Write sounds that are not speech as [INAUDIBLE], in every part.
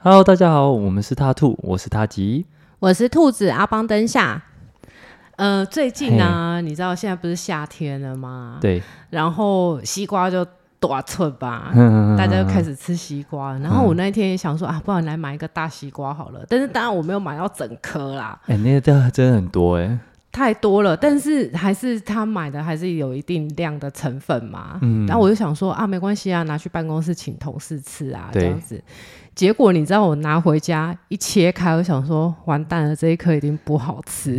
Hello，大家好，我们是他兔，我是他吉。我是兔子阿邦灯下。呃，最近呢、你知道现在不是夏天了吗？。对，然后西瓜就短寸吧，大家就开始吃西瓜。然后我那一天也想说啊，不然来买一个大西瓜好了。但是当然我没有买到整颗啦，哎、那个真真的很多哎、太多了。但是还是他买的还是有一定量的成分嘛。嗯。然后我就想说啊，没关系啊，拿去办公室请同事吃啊，这对样子。结果你知道我拿回家一切开，我想说完蛋了，这一颗一定不好吃。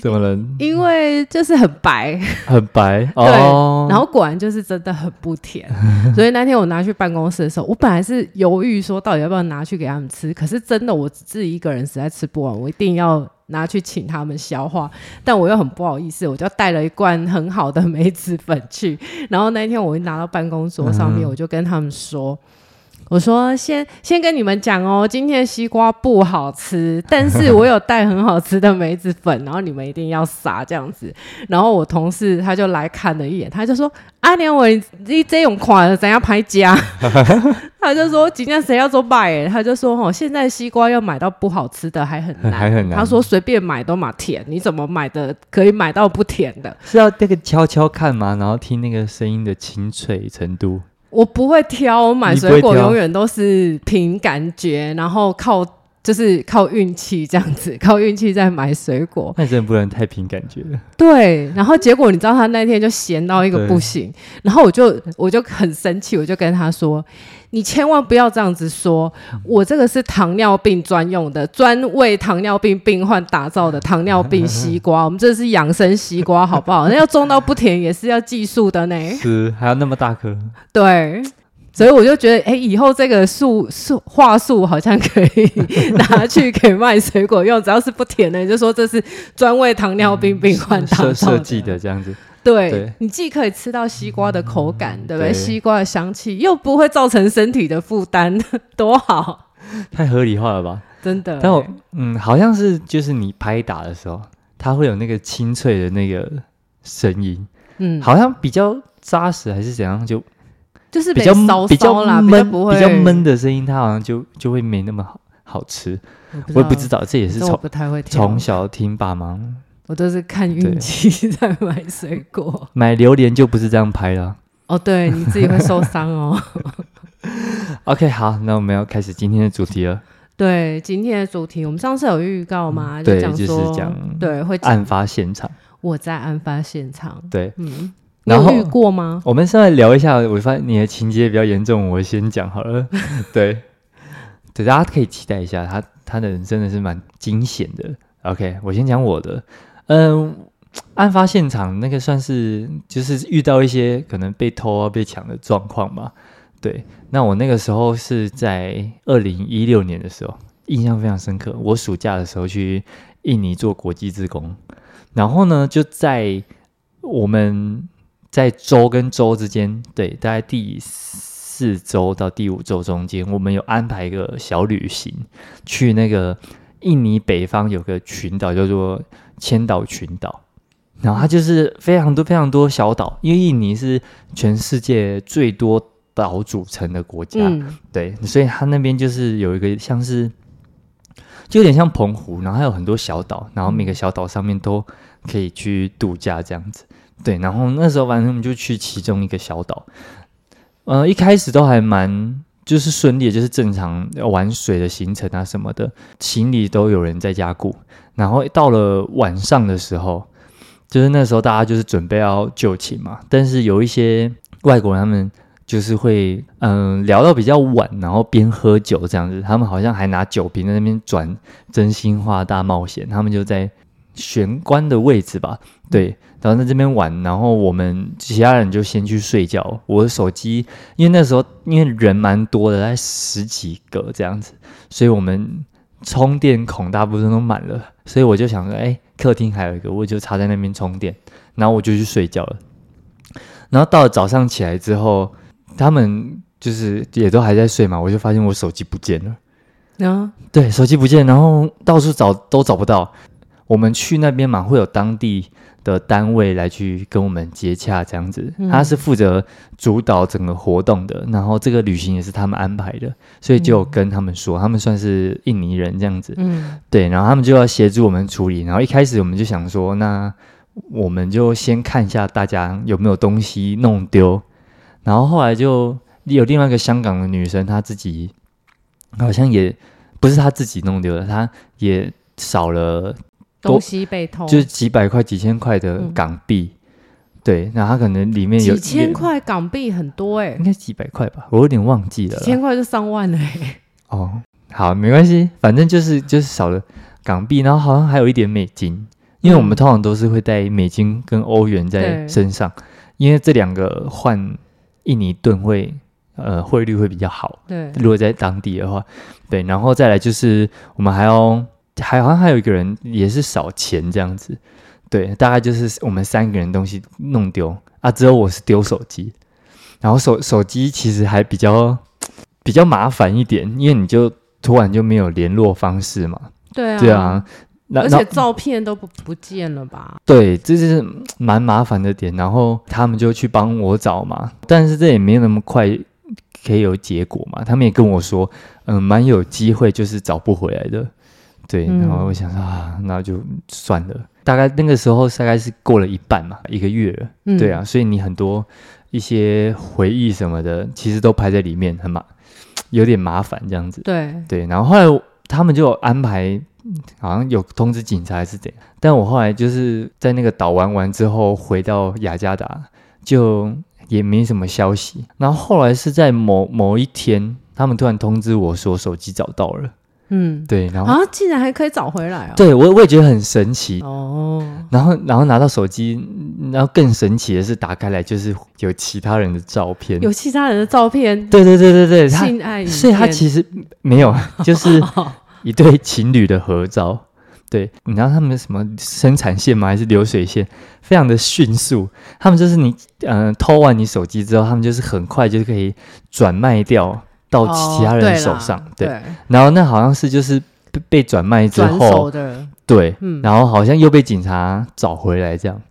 怎么人因为就是很白，很 [LAUGHS] 白对，哦？然后果然就是真的很不甜， [LAUGHS] 所以那天我拿去办公室的时候，我本来是犹豫说到底要不要拿去给他们吃，可是真的我自己一个人实在吃不完，我一定要拿去请他们消化，但我又很不好意思，我就带了一罐很好的梅子粉去，然后那一天我一拿到办公桌上面，我就跟他们说。我说先先跟你们讲哦，今天的西瓜不好吃，但是我有带很好吃的梅子粉，然后你们一定要撒这样子。然后我同事他就来看了一眼，他就说：“阿娘，我你这种款怎样拍家？” [LAUGHS] 他就说：“哦今天谁要做买、欸？”他就说：“哦，现在西瓜要买到不好吃的还很 [LAUGHS] 难，还很难他说：“随便买都买甜，你怎么买的可以买到不甜的？”是要那个敲敲看嘛，然后听那个声音的清脆程度。我不会挑，我买你不水会果挑永远都是凭感觉，然后靠就是靠运气这样子，靠运气在买水果。 [LAUGHS] 那你真的不能太凭感觉了。对，然后结果你知道他那天就闲到一个对不行，然后我就我就很生气，我就跟他说：“你千万不要这样子说，嗯我这个是糖尿病专用的，专为糖尿病病患打造的糖尿病 [LAUGHS] 西瓜，我们这是养生西瓜，好不好？那要种到不甜也是要技术的呢。”是，还有那么大颗，对，所以我就觉得，哎、以后这个术术话术好像可以拿去给卖水果用，只要是不甜的，你就说这是专为糖尿病病患打造嗯设设计。的这样子，对，对你既可以吃到西瓜的口感，对不对？对西瓜的香气又不会造成身体的负担， [LAUGHS] 多好，太合理化了吧？真的、但我嗯，好像是就是你拍打的时候，它会有那个清脆的那个声音，嗯，好像比较扎实还是怎样，就就是比较没烧比较烧啦，闷较不会比较闷，的声音，它好像就就会没那么好好吃。我也不知道，道，这也是但我从不太会挑从，小听爸妈我都是看运对气 [LAUGHS] 在买水果。买榴莲就不是这样拍的啊。哦，对，你自己会受伤哦。 OK，好，那我们要开始今天的主题了，对，今天的主题我们上次有预告嘛，嗯对讲就是说，讲对，会案发现场。我在案发现场，对，嗯，你然有后遇过吗？我们上来聊一下，我发现你的情节比较严重，我先讲好了。对，对，大家可以期待一下，他他的人真的是蛮惊险的。OK，我先讲我的，嗯，案发现场那个算是就是遇到一些可能被偷啊、被抢的状况嘛。对，那我那个时候是在二零一六年的时候，印象非常深刻。我暑假的时候去印尼做国际志工，然后呢就在我们在州跟州之间，对，大概第四周到第五周中间，我们有安排一个小旅行，去那个印尼北方有个群岛叫做千岛群岛，然后它就是非常多非常多小岛，因为印尼是全世界最多岛组成的国家，嗯，对，所以它那边就是有一个像是，就有点像澎湖，然后它有很多小岛，然后每个小岛上面都可以去度假这样子。对，然后那时候反正我们就去其中一个小岛，呃，一开始都还蛮就是顺利的，就是正常玩水的行程啊什么的，行李都有人在家顾。然后到了晚上的时候，就是那时候大家就是准备要就寝嘛，但是有一些外国人他们就是会嗯聊到比较晚，然后边喝酒这样子，他们好像还拿酒瓶在那边转真心话大冒险，他们就在玄关的位置吧，对，然后在这边玩，然后我们其他人就先去睡觉，我的手机因为那时候因为人蛮多的，大概十几个这样子，所以我们充电孔大部分都满了，所以我就想说，哎、客厅还有一个，我就插在那边充电，然后我就去睡觉了。然后到了早上起来之后，他们就是也都还在睡嘛，我就发现我手机不见了。然后对，手机不见，然后到处找都找不到。我们去那边嘛，会有当地的单位来去跟我们接洽，这样子，他是负责主导整个活动的，然后这个旅行也是他们安排的，所以就有跟他们说，他们算是印尼人这样子，嗯，对，然后他们就要协助我们处理，然后一开始我们就想说，那我们就先看一下大家有没有东西弄丢，然后后来就有另外一个香港的女生，她自己好像也不是她自己弄丢的，她也少了多东西被偷，就是几百块、几千块的嗯港币，对，那她可能里面有嗯几千，块港币很多哎、应该几百块吧，我有点忘记了几啦，千块就上万了、欸，哦，好，没关系，反正就是就是少了港币，然后好像还有一点美金，因为我们通常都是会带美金跟欧元在对身上，因为这两个换印尼盾会呃汇率会比较好，对，如果在当地的话，对，然后再来就是我们还要还好像还有一个人也是少钱这样子，对，大概就是我们三个人东西弄丢啊，只有我是丢手机，然后手手机其实还比较比较麻烦一点，因为你就突然就没有联络方式嘛，对啊，对啊，那而那且照片都不不见了吧？对，这是蛮麻烦的点，然后他们就去帮我找嘛，但是这也没有那么快可以有结果嘛。他们也跟我说，嗯，蛮有机会，就是找不回来的。对，嗯然后我想说啊，那就算了。大概那个时候大概是过了一半嘛，一个月了。嗯，对啊，，所以你很多一些回忆什么的，其实都拍在里面，很麻，有点麻烦这样子。对，对，然后后来他们就有安排，好像有通知警察还是怎样。但我后来就是在那个岛玩完之后，回到雅加达就也没什么消息。然后后来是在某某一天，他们突然通知我说手机找到了。嗯，对，然后、啊，竟然还可以找回来哦，对我我也觉得很神奇。哦，然后，然后拿到手机，然后更神奇的是，打开来就是有其他人的照片。有其他人的照片，对对对对对，他性爱影片，所以他其实没 [LAUGHS] 有，就是一对情侣的合照。对，你知道他们什么生产线吗？还是流水线？非常的迅速，他们就是你，呃，偷完你手机之后，他们就是很快就可以转卖掉到其他人手上。哦对对啦，然后那好像是就是被被转卖之转后手，的，对，嗯，然后好像又被警察找回来这样。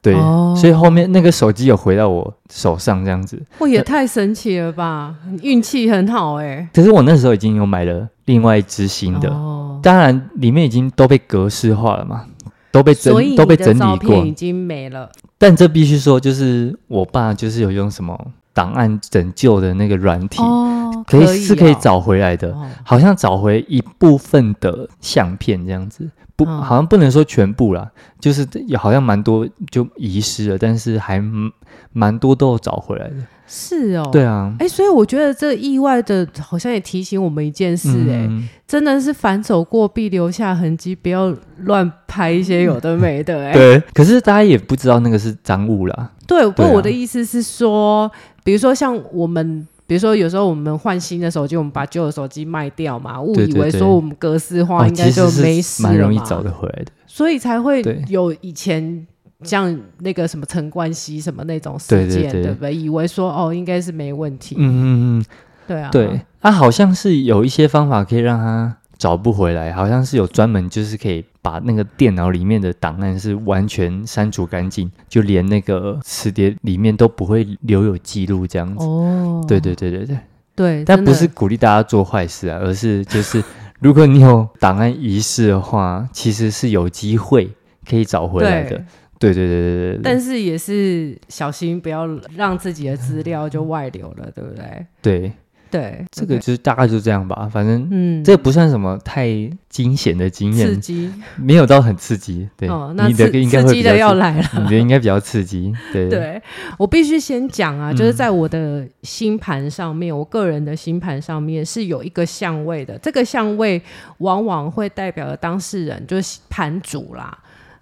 对，哦所以后面那个手机有回到我手上这样子。哇，哦也太神奇了吧！你运气很好哎、可是我那时候已经有买了另外一只新的，哦，当然里面已经都被格式化了嘛，都被整所以你都被的整照理片已过。经没了。但这必须说，就是我爸就是有用什么档案拯救的那个软体，哦，可以是可以哦找回来的，哦好像找回一部分的相片这样子。不，嗯好像不能说全部啦，就是也好像蛮多就遗失了，但是还蛮蛮多都有找回来的。是哦，对。啊，哎、所以我觉得这意外的，好像也提醒我们一件事、哎、嗯真的是反手过必留下痕迹，不要乱拍一些有的没的、哎，对。可是大家也不知道那个是赃物啦，对，不过对啊我的意思是说，比如说像我们，比如说有时候我们换新的手机，我们把旧的手机卖掉嘛，误对以对为对说我们格式化哦，应该其就实是没事了嘛，蛮容易找得回来的。所以才会对有以前像那个什么陈冠希什么那种事对对件，对不对？以为说哦应该是没问题，嗯嗯嗯，对啊，对，它、好像是有一些方法可以让它找不回来，好像是有专门就是可以把那个电脑里面的档案是完全删除干净，就连那个磁碟里面都不会留有记录这样子。哦，对对对对对，对，但真不的是鼓励大家做坏事啊，而是就是如果你有档案遗失的话，其实是有机会可以找回来的对。对对对对对对，但是也是小心，不要让自己的资料就外流了，对不对？对对，这个 OK 就是大概就这样吧，反正。嗯，这不算什么太惊险的经验刺，激没有到很刺激，对，哦，那你的刺应该刺会激比较的要刺来了。你的应该比较刺激，对对我必须先讲啊，嗯就是在我的星盘上面，我个人的星盘上面是有一个相位的，这个相位往往会代表了当事人，就是盘主啦，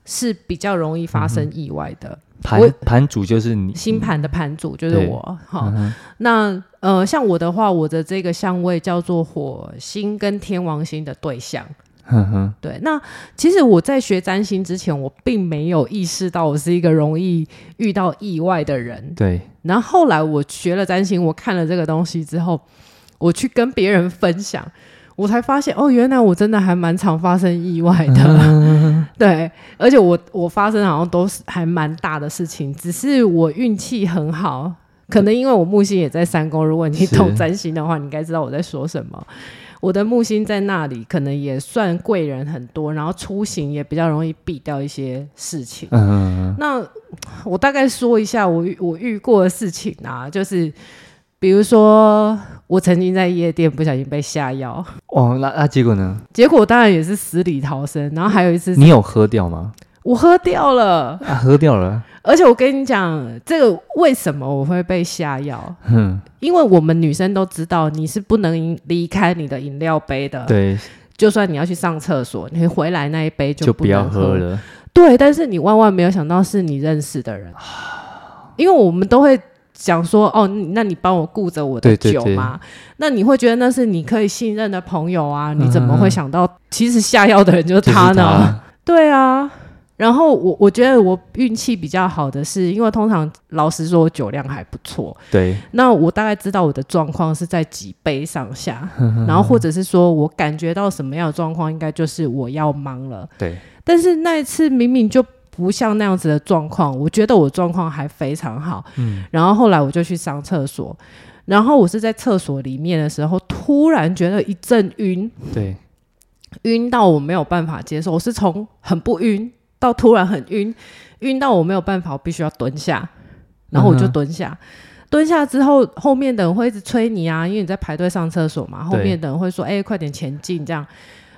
是比较容易发生意外的。盘我盘主就是 [LAUGHS] 你，星盘的盘主就是对我，好，那呃，像我的话，我的这个相位叫做火星跟天王星的对象。哼嗯哼，对，那其实我在学占星之前，我并没有意识到我是一个容易遇到意外的人。对，然后后来我学了占星，我看了这个东西之后，我去跟别人分享，我才发现哦，原来我真的还蛮常发生意外的。 [LAUGHS] 对，而且我我发生好像都是还蛮大的事情，只是我运气很好，可能因为我木星也在三宫。如果你是懂占星的话，你应该知道我在说什么。我的木星在那里，可能也算贵人很多，然后出行也比较容易避掉一些事情。嗯，那我大概说一下我遇我遇过的事情啊，就是比如说我曾经在夜店不小心被下药，哦，那那结果呢？结果当然也是死里逃生。然后还有一次是你有喝掉吗？我喝掉了，啊，喝掉了，而且我跟你讲，这个为什么我会被下药？哼，因为我们女生都知道你是不能离开你的饮料杯的，，对，就算你要去上厕所，你回来那一杯就不不要能喝了。对，但是你万万没有想到是你认识的人，啊因为我们都会讲说，哦，你那你帮我顾着我的对对酒对嘛，那你会觉得那是你可以信任的朋友啊，你怎么会想到其实下药的人就是嗯就是他呢？对啊。然后我我觉得我运气比较好的是，因为通常老实说我酒量还不错，对，那我大概知道我的状况是在几杯上下，嗯然后或者是说我感觉到什么样的状况，应该就是我要忙了。对，但是那一次明明就不像那样子的状况，我觉得我状况还非常好。嗯然后后来我就去上厕所，然后我是在厕所里面的时候，突然觉得一阵晕， [LAUGHS] 对，晕到我没有办法接受。我是从很不晕到突然很晕，晕到我没有办法，我必须要蹲下，然后我就嗯哼蹲下。蹲下之后，后面的人会一直催你啊，因为你在排队上厕所嘛。后对面的人会说：“哎、快点前进！”这样，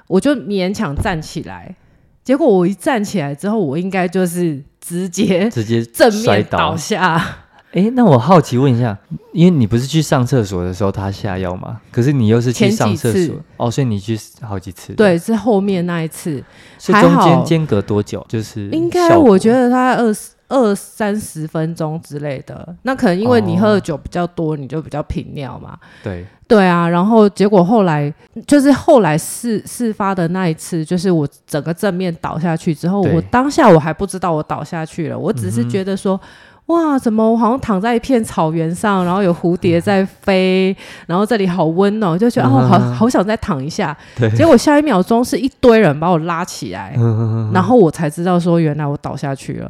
我就勉强站起来。结果我一站起来之后，我应该就是直接 [LAUGHS] 直接正摔面倒倒下。哎，那我好奇问一下，因为你不是去上厕所的时候他下药吗？可是你又是去前几上厕次所哦，所以你去好几次。，对，是后面那一次，所以还中好间间隔多久？就是应该效果我觉得大概二十二三十分钟之类的。那可能因为你喝的酒比较多，你就比较频尿嘛。对，对啊，然后结果后来就是后来事事发的那一次，就是我整个正面倒下去之后，对嗯我当下我还不知道我倒下去了，我只是觉得说。哇，怎么我好像躺在一片草原上，然后有蝴蝶在飞，然后这里好温暖，我就觉得、哦，好嗯好想再躺一下。对结果下一秒钟是一堆人把我拉起 [LAUGHS] 来，嗯然后我才知道说原来我倒下去了。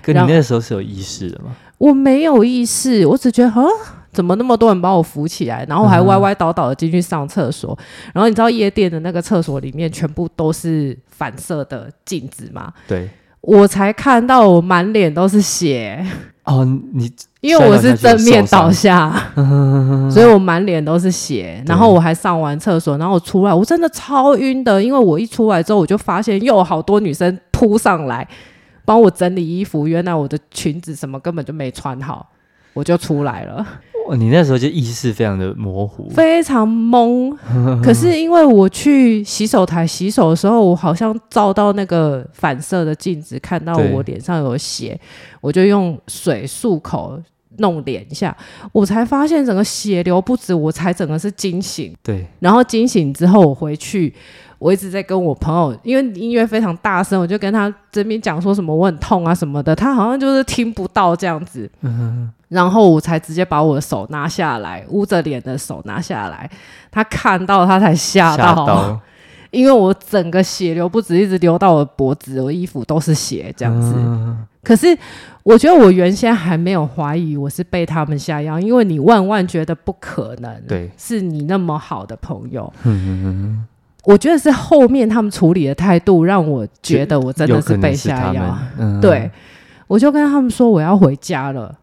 可你然后那个时候是有意识的吗？我没有意识，我只觉得啊，怎么那么多人把我扶起来，然后我还歪歪倒倒的进去上厕所。然后你知道夜店的那个厕所里面全部都是反射的镜子吗？对，我才看到我满脸都是血，哦，你因为我是正面倒下，所以我满脸都是血。然后我还上完厕所，然后我出来，我真的超晕的，因为我一出来之后，我就发现又有好多女生扑上来帮我整理衣服，原来我的裙子什么根本就没穿好，我就出来了。哦你那时候就意识非常的模糊。非常懵。可是因为我去洗手台洗手的时候，我好像照到那个反射的镜子，看到对我脸上有血，我就用水漱口。弄脸一下，我才发现整个血流不止，我才整个是惊醒。对，然后惊醒之后，我回去，我一直在跟我朋友，因为音乐非常大声，我就跟他这边讲说什么我很痛啊什么的，他好像就是听不到这样子。嗯然后我才直接把我的手拿下来，捂着脸的手拿下来，他看到他才吓吓到，到，因为我整个血流不止，一直流到我的脖子，我衣服都是血这样子。嗯可是我觉得我原先还没有怀疑我是被他们下药，因为你万万觉得不可能，对，是你那么好的朋友。嗯我觉得是后面他们处理的态度让我觉得我嗯真有的可是能被是下他药。们。嗯，啊对，我就跟他们说我要回家了，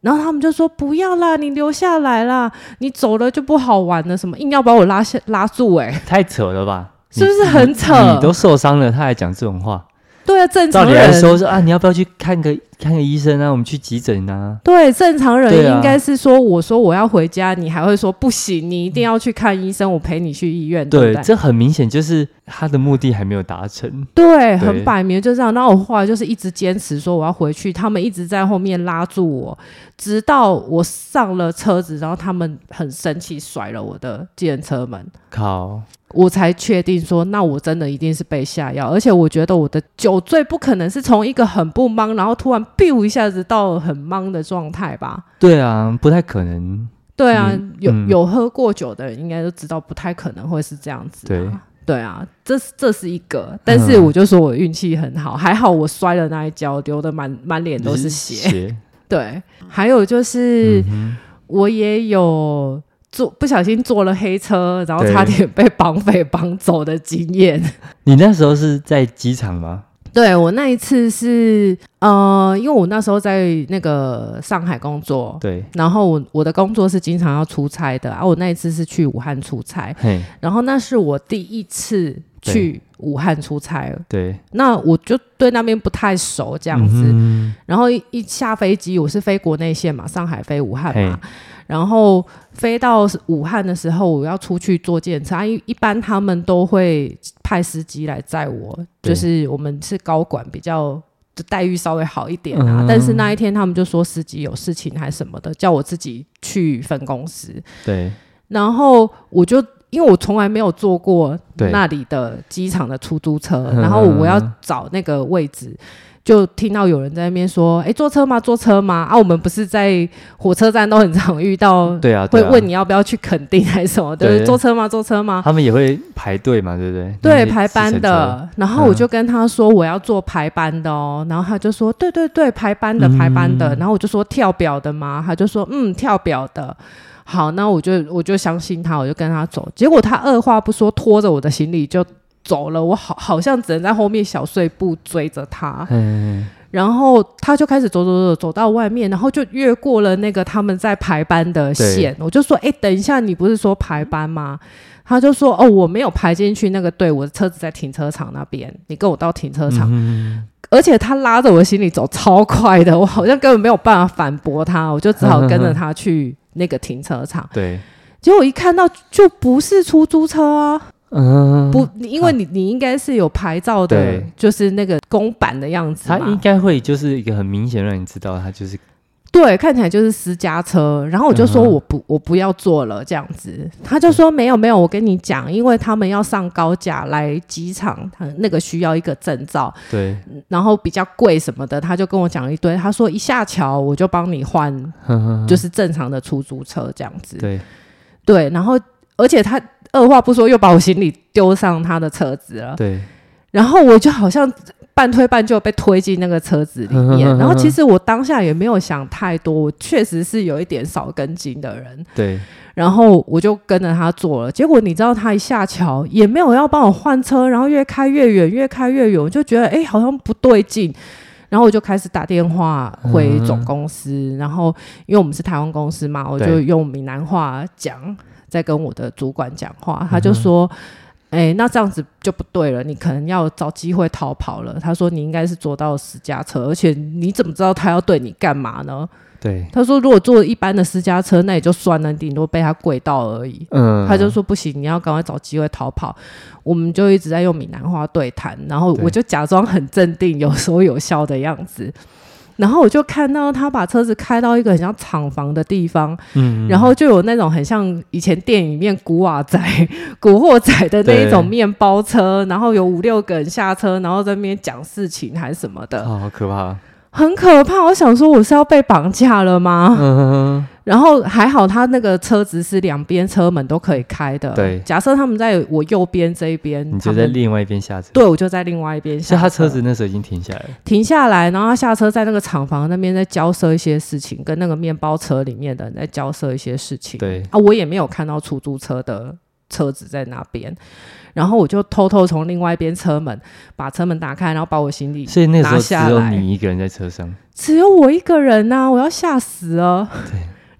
然后他们就说不要啦，你留下来啦，你走了就不好玩了，什么硬要把我拉下拉住、欸，太扯了吧？是不是很扯？你都受伤了，他还讲这种话？对啊，正照常理来人说是啊，你要不要去看个看个医生啊？我们去急诊啊？对正常人对啊应该是说，我说我要回家，你还会说不行，你一定要去看医生，我陪你去医院，对对不，对？这很明显就是他的目的还没有达成。对，很摆明就这样。然后我后来就是一直坚持说我要回去，他们一直在后面拉住我，直到我上了车子，然后他们很生气甩了我的计程车门，靠，我才确定说，那我真的一定是被下药。而且我觉得我的酒醉不可能是从一个很不忙，然后突然 biu 一下子到很忙的状态吧。对啊，不太可能。对啊，有嗯有喝过酒的人应该都知道，不太可能会是这样子、啊。对对啊，这是这是一个，但是我就说我运气很好，还好我摔了那一跤，流的满满脸都是血。血， [LAUGHS] 对，还有就是、我也有坐不小心坐了黑车，然后对差点被绑匪绑走的经验。 [LAUGHS] 你那时候是在机场吗？对我那一次是呃，因为我那时候在那个上海工作，对，然后我我的工作是经常要出差的啊，我那一次是去武汉出差，嘿，然后那是我第一次去武汉出差了，对，那我就对那边不太熟这样子，嗯然后一一下飞机，我是飞国内线嘛，上海飞武汉嘛嘿，然后飞到武汉的时候，我要出去坐电车，啊一一般他们都会派司机来载我，对就是我们是高管比较。就待遇稍微好一点啊，嗯但是那一天他们就说司机有事情还什么的，叫我自己去分公司。对，然后我就因为我从来没有坐过对那里的机场的出租车，嗯然后我要找那个位置，就听到有人在那边说：“哎，坐车吗？坐车吗？”啊，我们不是在火车站都很常遇到，对啊，会对啊问你要不要去垦丁还是什么的，对就是坐车吗？坐车吗？他们也会排队嘛，对不对？对，那些排班计程车，的。然后我就跟他说我要做排班的哦，然后他就说对对对，排班的排班的。然后我就说跳表的吗？他就说嗯，跳表的。好，那我就我就相信他，我就跟他走。结果他二话不说，拖着我的行李就走了。我好好像只能在后面小碎步追着他。嗯，然后他就开始走走走走到外面，然后就越过了那个他们在排班的线。我就说：“哎、等一下，你不是说排班吗？”他就说：“哦，我没有排进去那个队，我的车子在停车场那边，你跟我到停车嗯场。而且他拉着我的行李走超快的，我好像根本没有办法反驳他，我就只好跟着他去那个停车 [LAUGHS] 场。对，结果一看到就不是出租车啊，嗯，不，因为你你应该是有牌照的对，就是那个公版的样子他嘛。应该会就是一个很明显让你知道他就是对，看起来就是私家车。然后我就说嗯哼我不、我不要坐了这样子，他就说没有没有，我跟你讲，因为他们要上高架来机场，他那个需要一个证照，对，然后比较贵什么的，他就跟我讲一堆。他说一下桥我就帮你换， [LAUGHS] 就是是正常的出租车这样子。嗯对，对，然后而且他二话不说又把我行李丢上他的车子了。对，然后我就好像半推半就被推进那个车子里面。然后其实我当下也没有想太多，我确实是有一点少根筋的人。对，然后我就跟着他坐了。结果你知道，他一下桥也没有要帮我换车，然后越开越远，越开越远，我就觉得哎，好像不对劲。然后我就开始打电话回总公司，然后因为我们是台湾公司嘛，我就对用闽南话讲，在跟我的主管讲话，他就说：“哎、那这样子就不对了，你可能要找机会逃跑了。”他说：“你应该是坐到私家车，而且你怎么知道他要对你干嘛呢？”对，他说：“如果坐一般的私家车，那也就算了，顶多被他跪到而已。”嗯，他就说不行，你要赶快找机会逃跑。我们就一直在用闽南话对谈，然后对我就假装很镇定，有说有笑的样子。然后我就看到他把车子开到一个很像厂房的地方，嗯，然后就有那种很像以前电影里面古瓦仔、古惑仔的那一种对面包嗯车，然后有五六个人下车，然后在那边讲事情还是什么的，哦好可 [LAUGHS] 怕，很可怕。我想说我是要被绑架了吗？嗯，然后还好，他那个车子是两边车门都可以开的。对假设他们在我右边这一边，你他就们在另外一边下车，对，我就在另外一边所下。以他车子那时候已经停下来了，停下来，然后他下车，在那个厂房那边在交涉一些事情，跟那个面包车里面的人在交涉一些事情。对啊，我也没有看到出租车的车子在那边，然后我就偷偷从另外一边车门把车门打开，然后把我行李所以那时候拿只下有来你一个人在车上，只有我一个人呐、我要吓死了。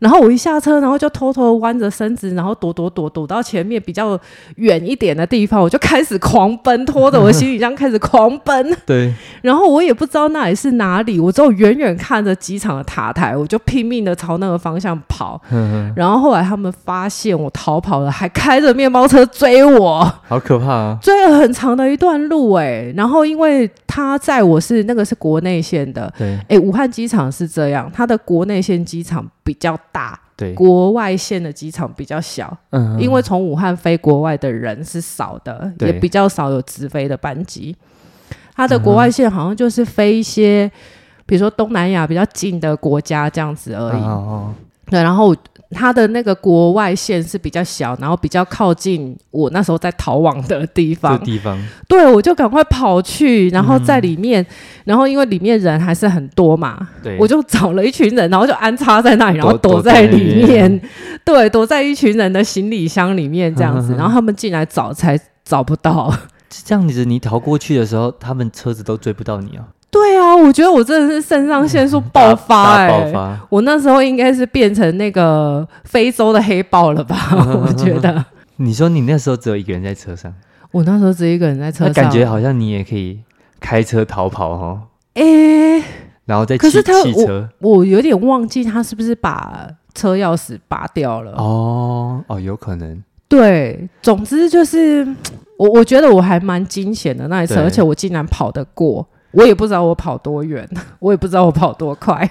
然后我一下车，然后就偷偷弯着身子，然后躲躲躲躲到前面比较远一点的地方，我就开始狂奔，拖着我的行李箱开始狂 [LAUGHS] 奔。对，然后我也不知道那里是哪里，我只有远远看着机场的塔台，我就拼命的朝那个方向跑。嗯，然后后来他们发现我逃跑了，还开着面包车追我。好可怕啊，追了很长的一段路哎、然后因为他在我是那个是国内线的，对哎、武汉机场是这样，它的国内线机场比较大，对，国外线的机场比较小，嗯，因为从武汉飞国外的人是少的，对嗯也比较少有直飞的班机。它的国外线好像就是飞一些，比如说东南亚比较近的国家这样子而已。哦哦，对，然后我它的那个国外线是比较小，然后比较靠近我那时候在逃亡的地这方。地方对，我就赶快跑去，然后嗯在里面，然后因为里面人还是很多嘛，对，我就找了一群人，然后就安插在那里，然后躲躲躲在在里里面面， [LAUGHS] 对，躲在一群人的行李箱里面这样子，然后他们进来找才找不到。 [LAUGHS] 这样子，你逃过去的时候，他们车子都追不到你哦，对啊，我觉得我真的是肾上腺素爆大发哎、爆发。我那时候应该是变成那个非洲的黑 [LAUGHS] 豹了吧？我觉得你说你那时候只有一个人在车上，我那时候只一个人在车那上，感觉好像你也可以开车逃跑哦，哎、然后再可骑是他汽车我有点忘记他是不是把车钥匙拔掉了。哦哦，有可能对，总之就是我我觉得我还蛮惊险的那一次，对而且我竟然跑得过，我也不知道我跑多远， [LAUGHS] 我也不知道我跑多快。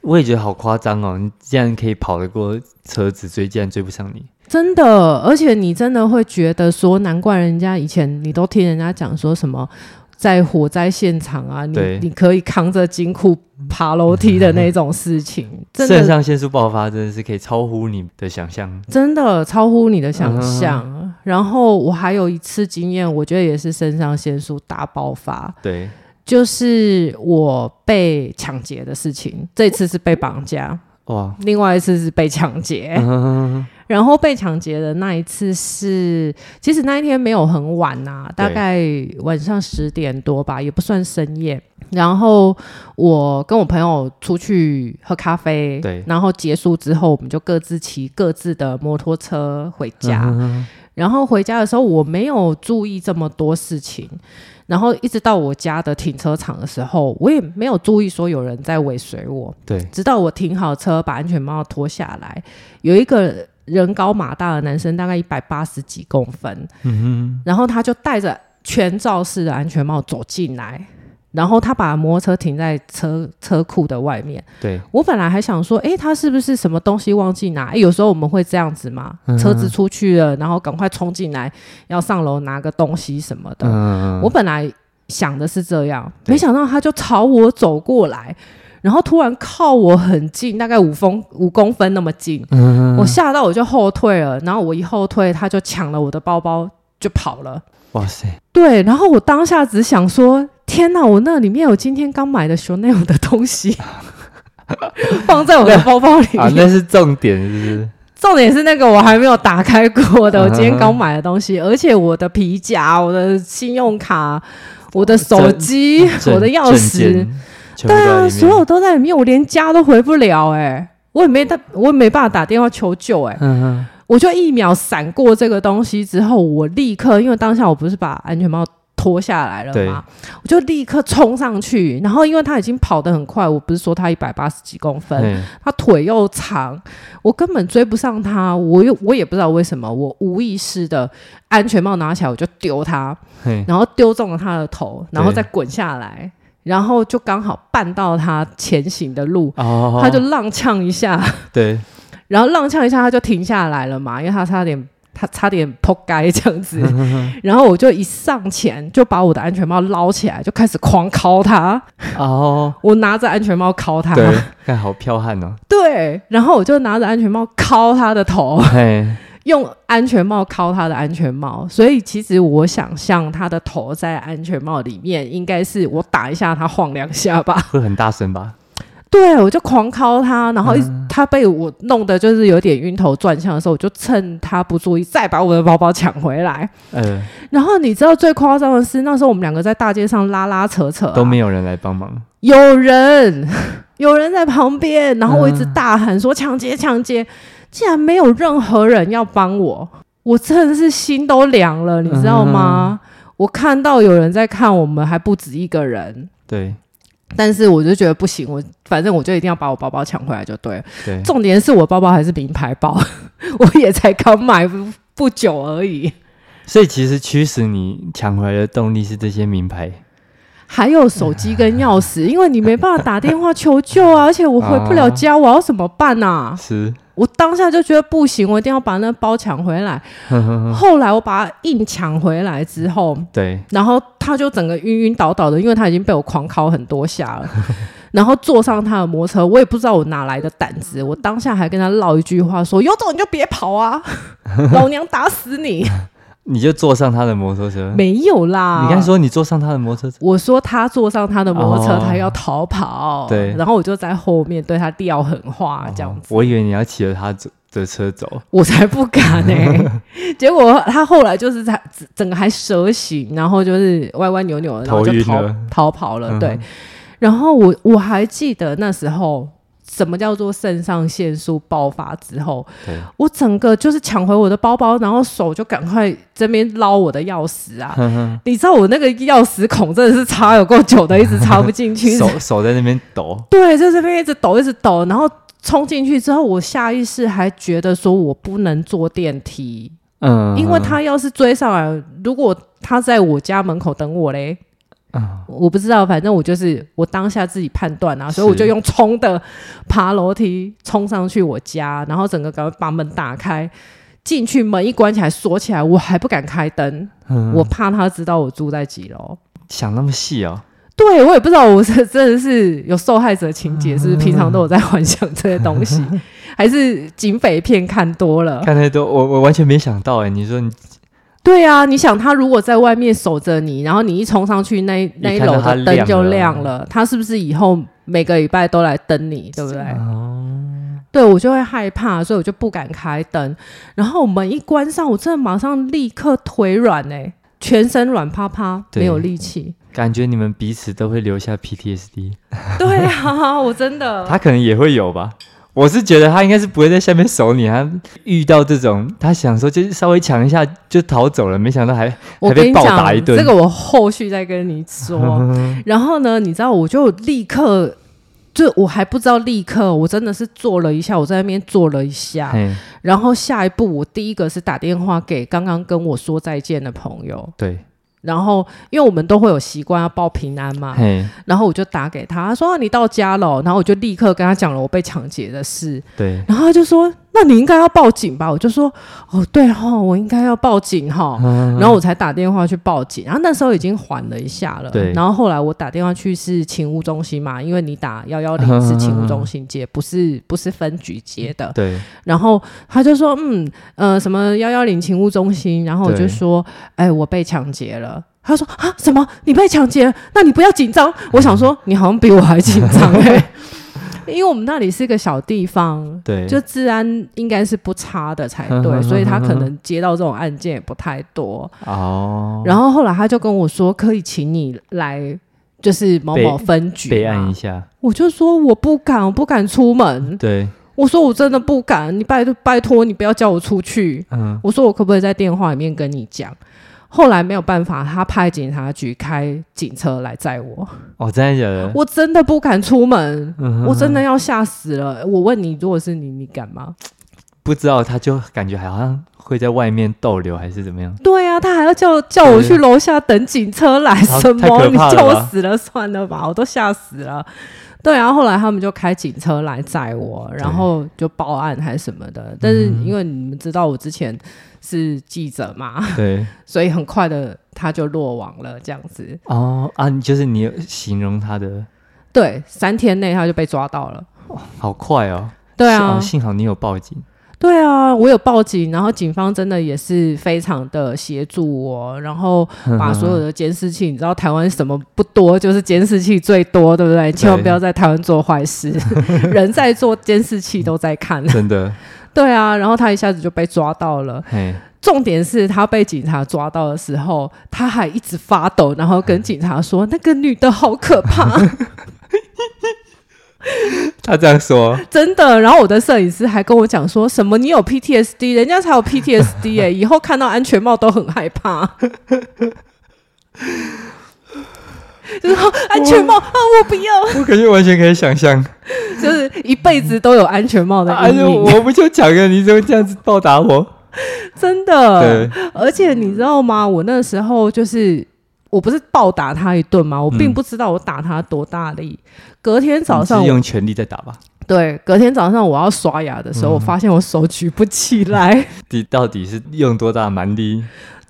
我也觉得好夸张哦！你竟然可以跑得过车子追，竟然追不上你。真的，而且你真的会觉得说，难怪人家以前你都听人家讲说什么，在火灾现场啊，你对你可以扛着金库爬楼梯的那种 [LAUGHS] 事情，真肾的上腺素爆发真的是可以超乎你的想象。真的超乎你的想象。嗯然后我还有一次经验，我觉得也是肾上腺素大爆发，对，就是我被抢劫的事情。这次是被绑架，哇，另外一次是被抢劫。嗯然后被抢劫的那一次是，其实那一天没有很晚呐、对大概晚上十点多吧，也不算深夜。然后我跟我朋友出去喝咖啡，对然后结束之后，我们就各自骑各自的摩托车回家。嗯然后回家的时候，我没有注意这么多事情。然后一直到我家的停车场的时候，我也没有注意说有人在尾随我。对，直到我停好车，把安全帽脱下来，有一个人高马大的男生，大概一百八十几公分，嗯然后他就戴着全罩式的安全帽走进来，然后他把摩托车停在车车库的外面。哼，对，我本来还想说，诶，他是不是什么东西忘记拿？诶有时候我们会这样子嘛，车子出去了，然后赶快冲进来，要上楼拿个东西什么的。嗯，我本来想的是这样，对没想到他就朝我走过来，然后突然靠我很近，大概五公五公分那么近，嗯我吓到我就后退了，然后我一后退，他就抢了我的包包就跑了。哇塞，对，然后我当下只想说。天呐，我那里面有今天刚买的 Chanel 的 [LAUGHS] 东西，放在我的包包里面。啊，那是重点，是不是？重点是那个我还没有打开 [LAUGHS] 过的，我今天刚买的东西，而且我的皮夹、我的信用卡、我的手机、 [LAUGHS] 证 [LAUGHS] 我的钥匙，，对对啊，所有都在里面，我连家都回不了哎、我也没打，我也没办法打电话求救 [LAUGHS] 哎、嗯哼，我就一秒闪过这个东西之后，我立刻，因为当下我不是把安全帽脱下来了对嘛，我就立刻冲上去，然后因为他已经跑得很快，我不是说他一百八十几公分，对，他腿又长，我根本追不上他，我又我也不知道为什么，我无意识的安全帽拿起来我就丢他，嘿，然后丢中了他的头，然后对再滚下来，然后就刚好绊到他前行的路，哦，他就踉跄一下，对，然后踉跄一下他就停下来了嘛，因为他差点。他差点扑街这样 [LAUGHS] 子，然后我就一上前就把我的安全帽捞起来，就开始狂敲他。哦，我拿着安全帽敲他，对，看好彪悍哦，对，然后我就拿着安全帽敲他的头，嘿，用安全帽敲他的安全帽，所以其实我想象他的头在安全帽里面，应该是我打一下他晃两下吧。会很大声吧？ [LAUGHS] 对，我就狂敲他，然后一直他被我弄得就是有点晕头转向的时候，我就趁他不注意再把我的包包抢回来。呃，然后你知道最夸张的是，那时候我们两个在大街上拉拉扯扯、啊，都没有人来帮忙，有人， [LAUGHS] 有人在旁边，然后我一直大喊说抢劫抢劫，竟然没有任何人要帮我，我真的是心都凉了，你知道吗？我看到有人在看我们，还不止一个人，对但是我就觉得不行，我反正我就一定要把我包包抢回来就对了。对，重点是我包包还是名牌包， [LAUGHS] 我也才刚买不不久而已。所以其实驱使你抢回来的动力是这些名牌，还有手机跟钥匙，因为你没办法打电话求救啊，而且我回不了家，我要怎么办啊？是，我当下就觉得不行，我一定要把那包抢回 [LAUGHS] 来。后来我把它硬抢回来之后，对， [LAUGHS] 然后他就整个晕晕倒倒的，因为他已经被我狂敲很多下了。然后坐上他的摩托车，我也不知道我哪来的胆子，我当下还跟他唠一句话说：“有种你就别 [LAUGHS] 跑啊，老娘打死你你就坐上他的摩托！”车。没有啦，你刚才说你坐上他的摩托车，我说他坐上他的摩托车，哦他要逃跑，对然后我就在后面对他撂狠话，这样子，我以为你要骑着他的车走。我才不敢呢、 [LAUGHS] 结果他后来就是他整整个还蛇形，然后就是歪歪扭扭的，然后头就晕逃了逃跑了，嗯对。然后我我还记得那时候。什么叫做肾上腺素爆发之后，对，我整个就是抢回我的包包，然后手就赶快这边捞我的钥匙啊！你知道我那个钥匙孔真的是插有够久的，一直插不进去，手手在那边抖。对，在这边一直抖，一直抖，然后冲进去之后，我下意识还觉得说我不能坐电梯，嗯，因为他要是追上来，如果他在我家门口等我嘞。嗯我不知道，反正我就是我当下自己判断啊，所以我就是用冲的爬楼梯冲上去我家，然后整个赶快把门打开，进去门一关起来锁起来，我还不敢开灯，嗯我怕他知道我住在几楼。想那么细哦。对我也不知道，我是真的是有受害者情节，是不是嗯平常都有在幻想这些 [LAUGHS] 东西，还是警匪片看多了？刚才都我我完全没想到哎，你说你对啊，你想他如果在外面守着你，然后你一冲上去，那那一楼一看到他的灯就亮亮了了，他是不是以后每个礼拜都来灯你，对不对？啊对我就会害怕，所以我就不敢开灯。然后门一关上，我真的马上立刻腿软哎、全身软趴趴，对没有力气。感觉你们彼此都会留下 PTSD，对啊，我真的。他可能也会有吧。我是觉得他应该是不会在下面守你，他遇到这种，他想说就是稍微抢一下就逃走了，没想到还我还被跟你暴讲打一顿这个我后续再跟你 [LAUGHS] 说。然后呢，你知道，我就立刻，就我还不知道立刻，我真的是坐了一下，我在那边坐了一下。嘿然后下一步，我第一个是打电话给刚刚跟我说再见的朋友，对然后因为我们都会有习惯要报平安嘛，嘿然后我就打给他，他说、啊你到家了，然后我就立刻跟他讲了我被抢劫的事，对，然后他就说：“那你应该要报警吧？”我就说：“哦，对哈、我应该要报警哈、嗯然后我才打电话去报警。然后那时候已经缓了一下了。对然后后来我打电话去是勤务中心嘛，因为你打幺幺零嗯是勤务中心接，不是不是分局接的。对然后他就说：“嗯，呃，什么幺幺零勤务中心？”然后我对就说：“哎，我被抢劫了。”他说：“啊，什么？你被抢劫了？那你不要紧张。”我想说：“你好像比我还紧张哎、 [LAUGHS] 因为我们那里是一个小地方，对，就治安应该是不差的才 [LAUGHS] 对，所以他可能接到这种案件也不太多。哦，然后后来他就跟我说，可以请你来，就是某某分局备嘛案一下，我就说我不敢，我不敢出门。对，我说我真的不敢，你拜托拜托你不要叫我出去。嗯，我说我可不可以在电话里面跟你讲？后来没有办法，他派警察局开警车来载我。哦，真的假的？我真的不敢出门，嗯哼我真的要吓死了。我问你，如果是你，你敢吗？不知道，他就感觉好像会在外面逗留还是怎么 [LAUGHS] 样？对啊，他还要叫叫我去楼下等警车来，好什啊太么？可你怕了吧叫我死了算了吧，我都吓死了。对啊，后来他们就开警车来载我，然后就报案还是什么的。但是因为你们知道我之前是记者嘛， [LAUGHS] 对，所以很快的他就落网了，这样子。哦啊，就是你有形容他的对，三天内他就被抓到了。好快哦。对哦啊，幸好你有报 [LAUGHS] 警。对啊，我有报警，然后警方真的也是非常的协助我，然后把所有的监视器，你知道台湾什么不多，就是监视器最多，对不对？千万不要在台湾做坏事，人在做，监视器都在看。真的，对啊，然后他一下子就被抓到了。 [LAUGHS] 嘿，重点是他被警察抓到的时候，他还一直发抖，然后跟警察说：“那个女的好可怕，他这样说，真的。”然后我的摄影师还跟我讲说什么：“你有 PTSD，人家才有 [LAUGHS] PTSD 哎、以后看到安全帽都很害怕。”就是说安全帽啊，我不要。 [LAUGHS] 我感觉完全可以想象。就是一辈子都有安全帽 [LAUGHS] 的哎阴呦，影，我不就讲了，你怎么这样子报答我？真的对。，而且你知道吗？我那时候就是。我不是暴打他一顿吗？我并嗯不知道我打他多大力。隔天早你上是我，用全力在打吧？对，隔天早上我要嗯刷牙的时候，我发现我手举不起来。你到底是用多大蛮力？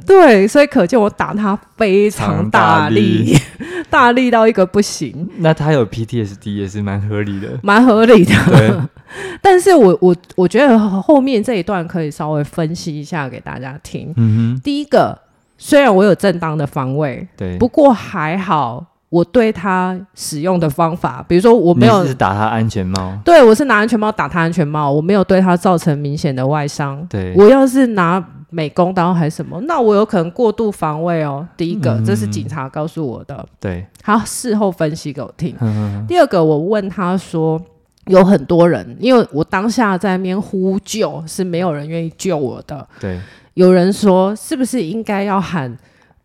对，所以可见我打他非常大力， [LAUGHS] 大力到一个不行，那他有 PTSD 也是蛮合理 [LAUGHS] 的。蛮合理的。对， [LAUGHS] 但是我我我觉得后面这一段可以稍微分析一下给大家听。嗯哼，第一个，虽然我有正当的防卫，对。不过还好我对他使用的方法，比如说我没有你是打他安全帽，对我是拿安全帽打他安全帽，我没有对他造成明显的外伤。对我要是拿美工刀还是什么，那我有可能过度防卫哦。第一个，嗯这是警察告诉我的，对， [LAUGHS] 他事后分析给我听。嗯，第二个，我问他说，有很多人，因为我当下在那边呼救，是没有人愿意救我的。对，有人说，是不是应该要喊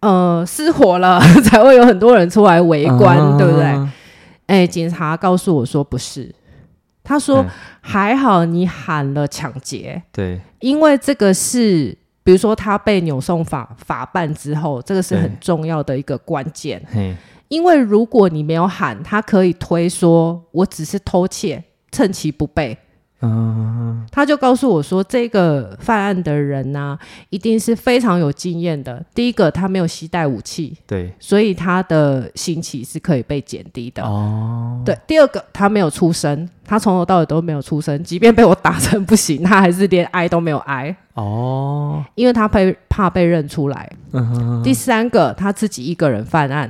呃失火了， [LAUGHS] 才会有很多人出来围观，啊对不对？哎、警察告诉我说不是，他说嗯还好你喊了抢劫，对，因为这个是。比如说，他被扭送法法办之后，这个是对很重要的一个关键。嘿，因为如果你没有喊，他可以推说我只是偷窃，趁其不备。嗯，他就告诉我说，这个犯案的人呢、一定是非常有经验的。第一个，他没有携带武器，对，所以他的刑期是可以被减低的。哦，对，第二个他没有出声，他从头到尾都没有出声，即便被我打成不行，他还是连挨都没有挨，哦，因为他被怕被认出来。嗯哼，第三个，他自己一个人犯案，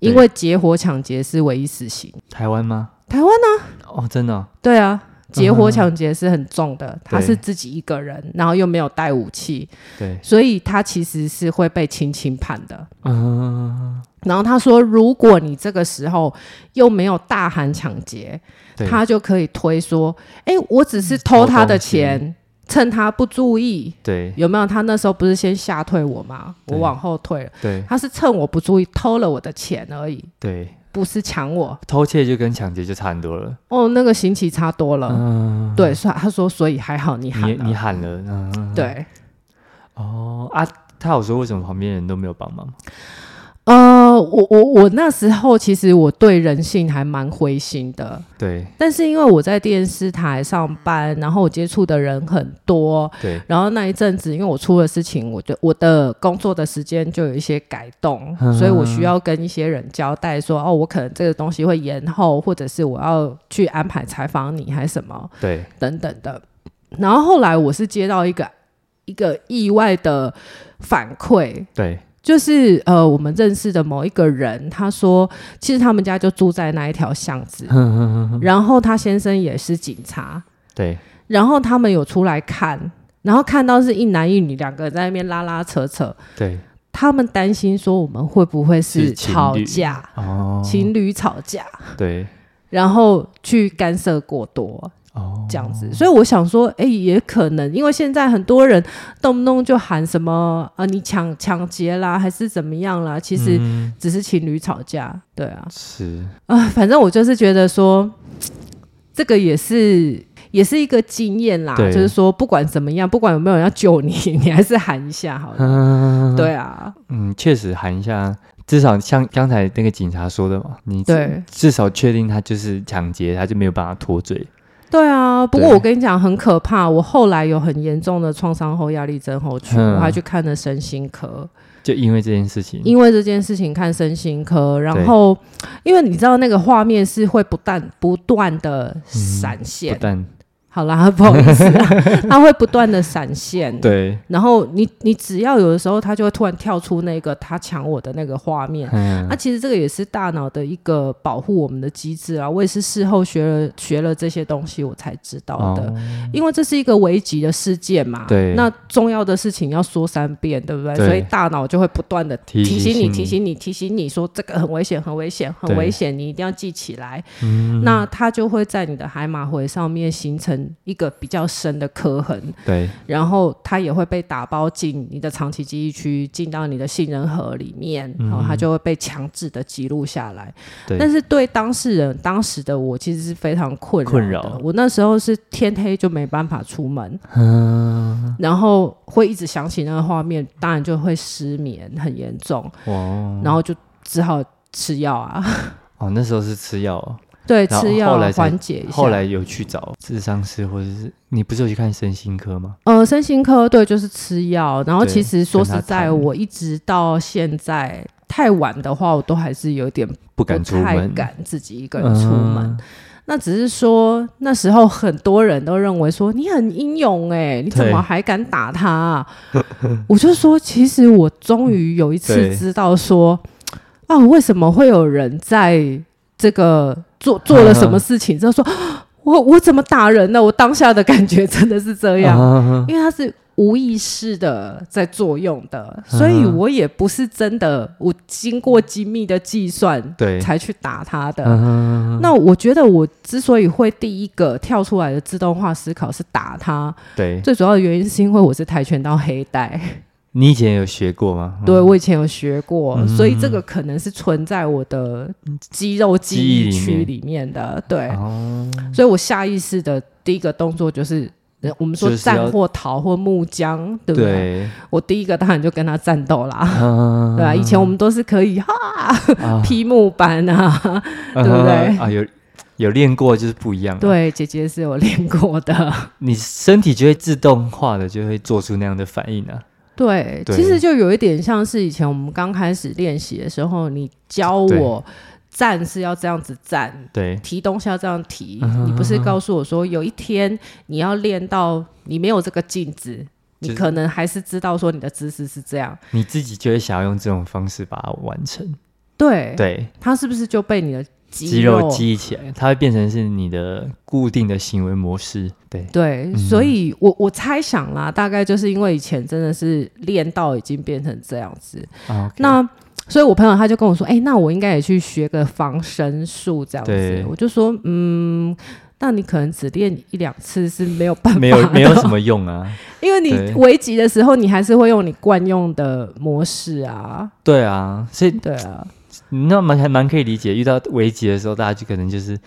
因对为结伙抢劫是唯一死刑。台湾吗？台湾啊呢、哦，真的哦，对啊，结伙嗯哼抢劫是很重的，他对是自己一个人，然后又没有带武器，对，所以他其实是会被轻轻判的。嗯，然后他说，如果你这个时候又没有大喊抢劫，对，他就可以推说：“哎、我只是偷他的偷钱，趁他不注意，对，有没有？他那时候不是先吓退我吗？对我往后退了，对，他是趁我不注意偷了我的钱而已，对，不是抢我。偷窃就跟抢劫就差很多了。哦，那个刑期差多了。嗯，对，所以他说，所以还好你喊你了，你喊了，嗯，对。”哦啊，他有说为什么旁边人都没有帮忙吗？呃，我我我那时候其实我对人性还蛮灰心的，对，但是因为我在电视台上班，然后我接触的人很多，对，然后那一阵子，因为我出了事情，我就我的工作的时间就有一些改动，嗯所以我需要跟一些人交代说，哦，我可能这个东西会延后，或者是我要去安排采访你，还是什么对，等等的。然后后来我是接到一个一个意外的反馈，对，就是呃，我们认识的某一个人，他说，其实他们家就住在那一条巷嗯子，然后他先生也是警察，对，然后他们有出来看，然后看到是一男一女两个人在那边拉拉扯扯，对，他们担心说我们会不会是是情侣吵架，哦，情侣吵架，对，然后去干涉过多哦，这样子。所以我想说，哎、也可能因为现在很多人动不动就喊什么啊，你抢抢劫啦，还是怎么样啦，其实嗯只是情侣吵架，对啊，是，啊，反正我就是觉得说，这个也是也是一个经验啦，对就是说不管怎么样，不管有没有人要救你， [LAUGHS] 你还是喊一下好了。嗯，对啊，嗯，确实喊一下，至少像刚才那个警察说的嘛，你至对至少确定他就是抢劫，他就没有办法脱罪。对啊。不过对我跟你讲，很可怕。我后来有很严重的创伤后压力症候群，嗯我还去看了身心科，就因为这件事情，因为这件事情看身心嗯科。对然后，因为你知道那个画面是会不断不断的闪现嗯不。但好啦，不好意思 [LAUGHS] 啊，它会不断的闪现。对，然后你你只要有的时候，它就会突然跳出那个他抢我的那个画面。嗯那、，其实这个也是大脑的一个保护我们的机制啊。我也是事后学了学了这些东西，我才知道的。哦因为这是一个危急的事件嘛，对那重要的事情要说三遍，对不对？对所以大脑就会不断的提提醒醒你你、提醒你、提醒你说这个很危险、很危险、很对嗯危险，你一定要记起来。那它就会在你的海马回上面形成一个比较深的刻痕。对，然后它也会被打包进你的长期记忆区，进到你的杏仁核里面，然后它就会被强制的记录下来。嗯对但是对当事人当时的我，其实是非常困扰的困扰我那时候是天黑就没办法出门，嗯，然后会一直想起那个画面，当然就会失眠，很严重，哇，然后就只好吃药啊。哦，那时候是吃药哦，对，然后吃药后来才缓解一下。后来有去找智商师，或者是你不是有去看身心科吗？呃，身心科对，就是吃药。然后对其实说跟实他在，谈我一直到现在太晚的话，我都还是有点不不敢出太门，敢自己一个人出门。嗯那只是说那时候很多人都认为说你很英勇哎、你怎对么还敢打 [LAUGHS] 他、啊？我就说，其实我终于有一次对知道说，啊，为什么会有人在这个做做了什么 [LAUGHS] 事情之后说，啊我我怎么打人呢？我当下的感觉真的是这样。啊因为它是无意识的在作用的，所以嗯我也不是真的我经过精密的计算对，才去打它的。嗯那我觉得我之所以会第一个跳出来的自动化思考是打它，对，最主要的原因是因为我是跆拳道黑带，你以前有学过吗？嗯对我以前有学过，嗯所以这个可能是存在我的肌肉记记忆忆里区面里面的，对，哦，所以我下意识的第一个动作就是。呃我们说就是要战或逃或木僵，对不对？对，我第一个当然就跟他战斗啦，嗯对啊，以前我们都是可以哈啊劈木板啊，对不对啊，有有练过就是不一样。，啊对，姐姐是有练过的，你身体就会自动化的就会做出那样的反应啊。对，对其实就有一点像是以前我们刚开始练习的时候，你教我站是要这样子站，对，提东西要这样提，嗯你不是告诉我说有一天你要练到你没有这个镜子。就你是可能还是知道说你的姿势是这样，你自己就会想要用这种方式把它完成。对，对，它是不是就被你的肌肉记忆起来，它会变成是你的固定的行为模式。对，对，所以我我猜想啦，大概就是因为以前真的是练到已经变成这样子，啊，OK， [LAUGHS] 那所以我朋友他就跟我说，哎、那我应该也去学个防身术这样子对。我就说，嗯，那你可能只练一两次是没有办法的，没有没有什么用啊。 [LAUGHS] 因为你对危急的时候，你还是会用你惯用的模式啊，对啊，所以对啊，嗯那蛮还蛮可以理解，遇到危急的时候，大家就可能就是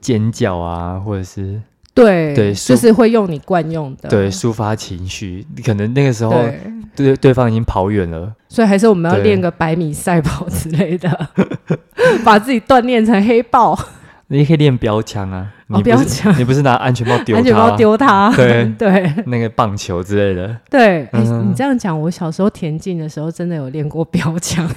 尖叫啊，或者是对，对就是是会用你惯用的，对抒发情绪，你可能那个时候对。对对方已经跑远了。所以还是我们要对练个百米赛跑之类的， [LAUGHS] 把自己锻炼成黑豹。你可以练标枪啊，哦你不是标枪你不是拿安全帽丢安全它包丢他，对 [LAUGHS] 对那个棒球之类的，对哎嗯你这样讲，我小时候田径的时候真的有练过标枪，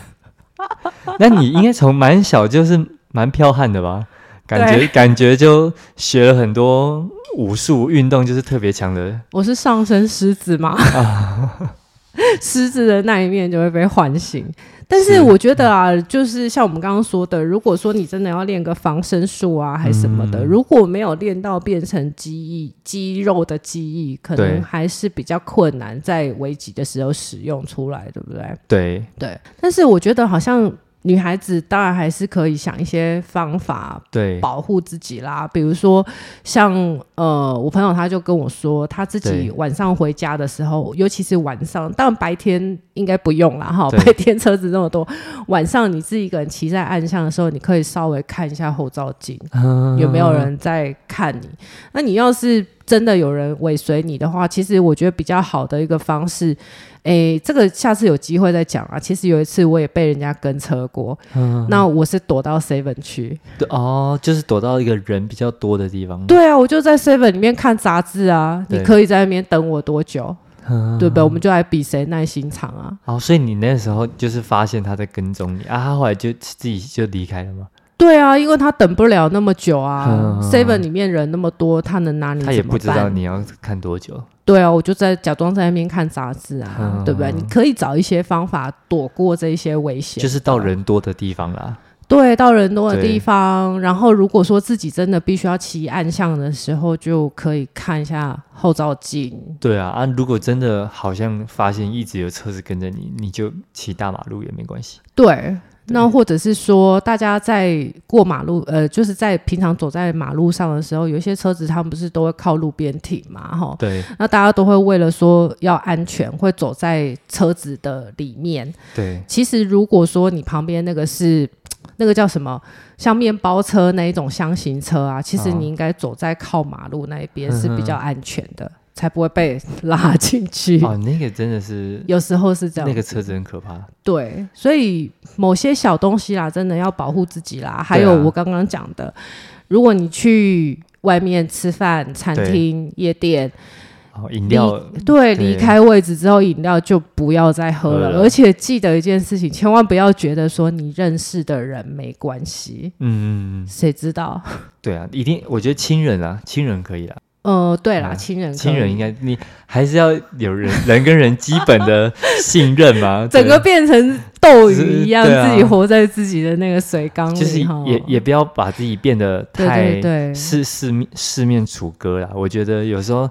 [LAUGHS] 那你应该从蛮小就是蛮彪悍的吧？感觉感觉就学了很多武术运动，就是特别强的。我是上身狮 [LAUGHS] 子嘛，狮子的那一面就会被唤醒。但是是嗯我觉得啊，就是像我们刚刚说的，如果说你真的要练个防身术啊，还什么的，嗯如果没有练到变成记忆肌肉的记忆，可对能还是比较困难，在危急的时候使用出来，对不对？对，对，但是我觉得好像女孩子当然还是可以想一些方法对，保护自己啦，比如说像呃，我朋友他就跟我说，他自己对晚上回家的时候，尤其是晚上，当然白天应该不用啦哈，对白天车子那么多，晚上你自己一个人骑在暗巷的时候，你可以稍微看一下后照镜，嗯有没有人在看你？那你要是真的有人尾随你的话，其实我觉得比较好的一个方式，诶，这个下次有机会再讲啊。其实有一次我也被人家跟车过，嗯那我是躲到 seven 去，对哦，就是躲到一个人比较多的地方。对啊，我就在 seven 里面看杂志啊。你对可以在那边等我多久，嗯，对不对？我们就来比谁耐心长啊。哦，所以你那时候就是发现他在跟踪你啊，他后来就自己就离开了吗？对啊，因为他等不了那么久啊嗯，seven 里面人那么多，他能拿你他也怎么不知道办你要看多久。对啊，我就在假装在那边看杂志啊，嗯对不对？你可以找一些方法躲过这一些危险，就是到人多的地方啦。对到人多的对地方。然后，如果说自己真的必须要骑暗巷的时候，就可以看一下后照镜。对啊，啊，如果真的好像发现一直有车子跟着你，你就骑大马路也没关系。对。那或者是说，大家在过马路，呃，就是在平常走在马路上的时候，有一些车子他们不是都会靠路边停嘛，哈，对那大家都会为了说要安全，会走在车子的里面。 [LAUGHS] 对，其实如果说你旁边那个是那个叫什么，像面包车那一种箱型车啊，其实哦你应该走在靠马路那一嗯边哼是比较安全的，才不会被拉进 [LAUGHS] 去。哦，那个真的是有时候是这样，那个车子很可怕。对，啊所以某些小东西啦，真的要保护自己啦。还有我刚刚讲的，如果你去外面吃饭、餐对厅、夜店，哦，饮料离对对啊离开位置之后，饮料就不要再喝喝了。了而且记得一件事情，千万不要觉得说你认识的人没关系，嗯，谁知道？对啊，一定，我觉得亲人啊，亲人可以啦，呃，对啦，啊亲人可以亲人应该你还是要有人人跟人基本的信任嘛， [LAUGHS] 整个对变成斗鱼一样，对啊自己活在自己的那个水缸里就是哈也也不要把自己变得对太对对，是四面四面楚歌啦。我觉得有时候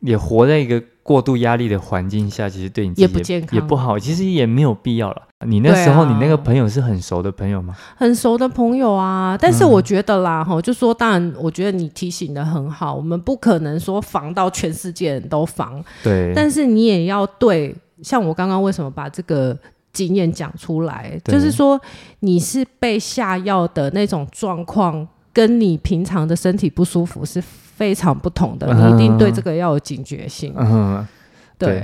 也活在一个过度压力的环境下，其实对你自己也不健康也不好，其实也没有必要了。你那时候、对啊你那个朋友是很熟的朋友吗？很熟的朋友啊。但嗯是我觉得啦，哈、就说当然，我觉得你提醒的很好，我们不可能说防到全世界人都防，对，但是你也要对，像我刚刚为什么把这个。经验讲出来，对就是说你是被下药的那种状况，跟你平常的身体不舒服是非常不同的。你一定对这个要有警觉性。嗯，对，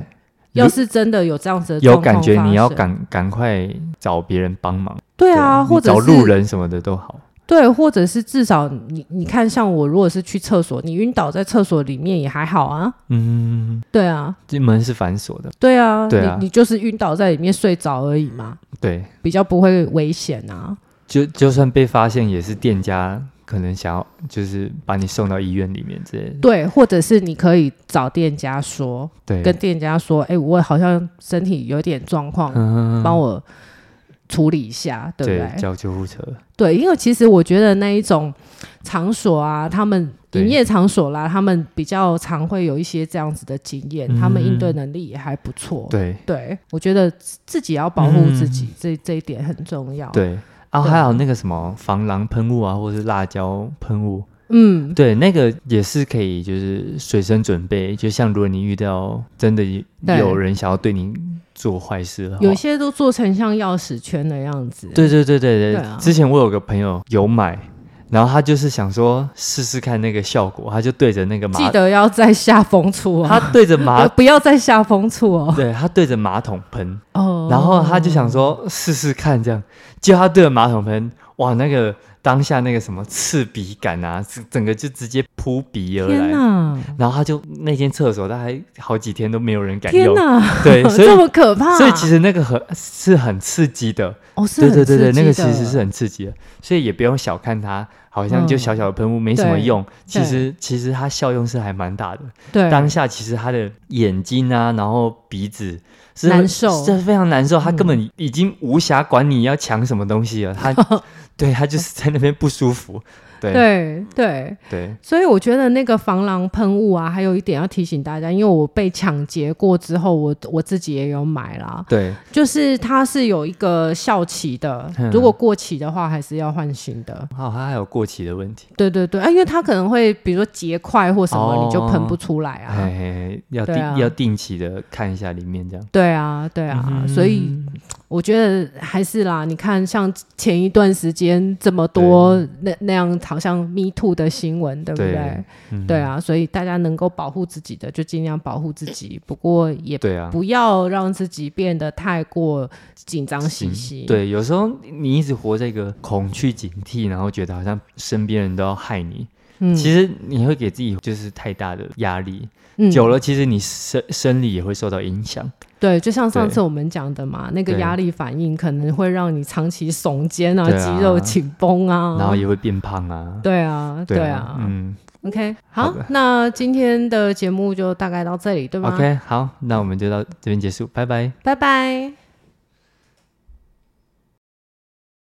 如要是真的有这样子的有状况感觉发你要生赶赶快找别人帮忙，对啊，你或者找是路人什么的都好。对，或者是至少你你看，像我如果是去厕所，你晕倒在厕所里面也还好啊。嗯，对啊，这门是反锁的，对啊，对啊你你就是晕倒在里面睡着而已嘛，对，比较不会危险啊。就就算被发现，也是店家可能想要就是把你送到医院里面之类的。对，或者是你可以找店家说，对，跟店家说，哎、我好像身体有点状况，嗯帮我处理一下，对不对？哦叫救护车。对，因为其实我觉得那一种场所啊，他们对营业场所啦，他们比较常会有一些这样子的经验，他们应对嗯能力也还不错。对对，我觉得自己要保护自己，嗯这这一点很重要。，对。啊，对还有那个什么防狼喷雾啊，或是辣椒喷雾，嗯，对，那个也是可以，就是随身准备。就像如果你遇到真的对有人想要对你做坏事的话，有些都做成像钥匙圈的样子。对对对对对，对啊之前我有个朋友有买，然后他就是想说试试看那个效果，他就对着那个记马，得要在下风处 [LAUGHS] 啊，他对着马不，不要在下风处哦。对他对着马桶喷，哦，然后他就想说试试看这样，结果他对着马桶喷，哇，那个当下那个什么刺鼻感啊，是整个就直接扑鼻而天来。哪，然后他就那间厕所，他还好几天都哎没有人敢天用，哪， [LAUGHS] 对，所以这么可怕。所以其实那个很是很刺激的，哦，是对很对对对，刺那个激其的实是很刺激的，所以也不用小看它，好像就嗯小小的喷雾没什么对用，其对实其实它效用是还蛮大的。对当下其实他的眼睛啊，然后鼻子是难受嗯这非常难受，他根本已经无暇管你要抢什么东西了，他 [LAUGHS] 对他就是在那边不舒服。对对对。对所以我觉得那个防狼喷雾啊，还有一点要提醒大家，因为我被抢劫过之后，我我自己也有买啦，对就是它是有一个效期的嗯，如果过期的话，还是要换新的。好，他还有过期的问题，对对对，啊，因为它可能会比如说结块或什哦么，你就喷不出来啊。哎，要对定、啊要定期的看一下里面这样。对啊，对啊，所以嗯我觉得还是啦。你看，像前一段时间这么多那那样好像 Me Too 的新闻，对不对对？嗯对啊，所以大家能够保护自己的就尽量保护自己，不过也对啊，不要让自己变得太过紧张兮兮。，嗯对，有时候你一直活在一个恐惧、警惕，然后觉得好像身边人都要害你，嗯其实你会给自己就是太大的压力，嗯久了其实你生生理也会受到影响。对，就像上对次我们讲的嘛，那个对压力反应可能会让你长期耸肩啊，对啊肌肉紧绷啊，然后也会变胖啊。对啊，对啊。嗯 OK，好好，的那今天的节目就大概到这里，对吗，OK，好，那我们就到这边结束，拜拜。拜拜。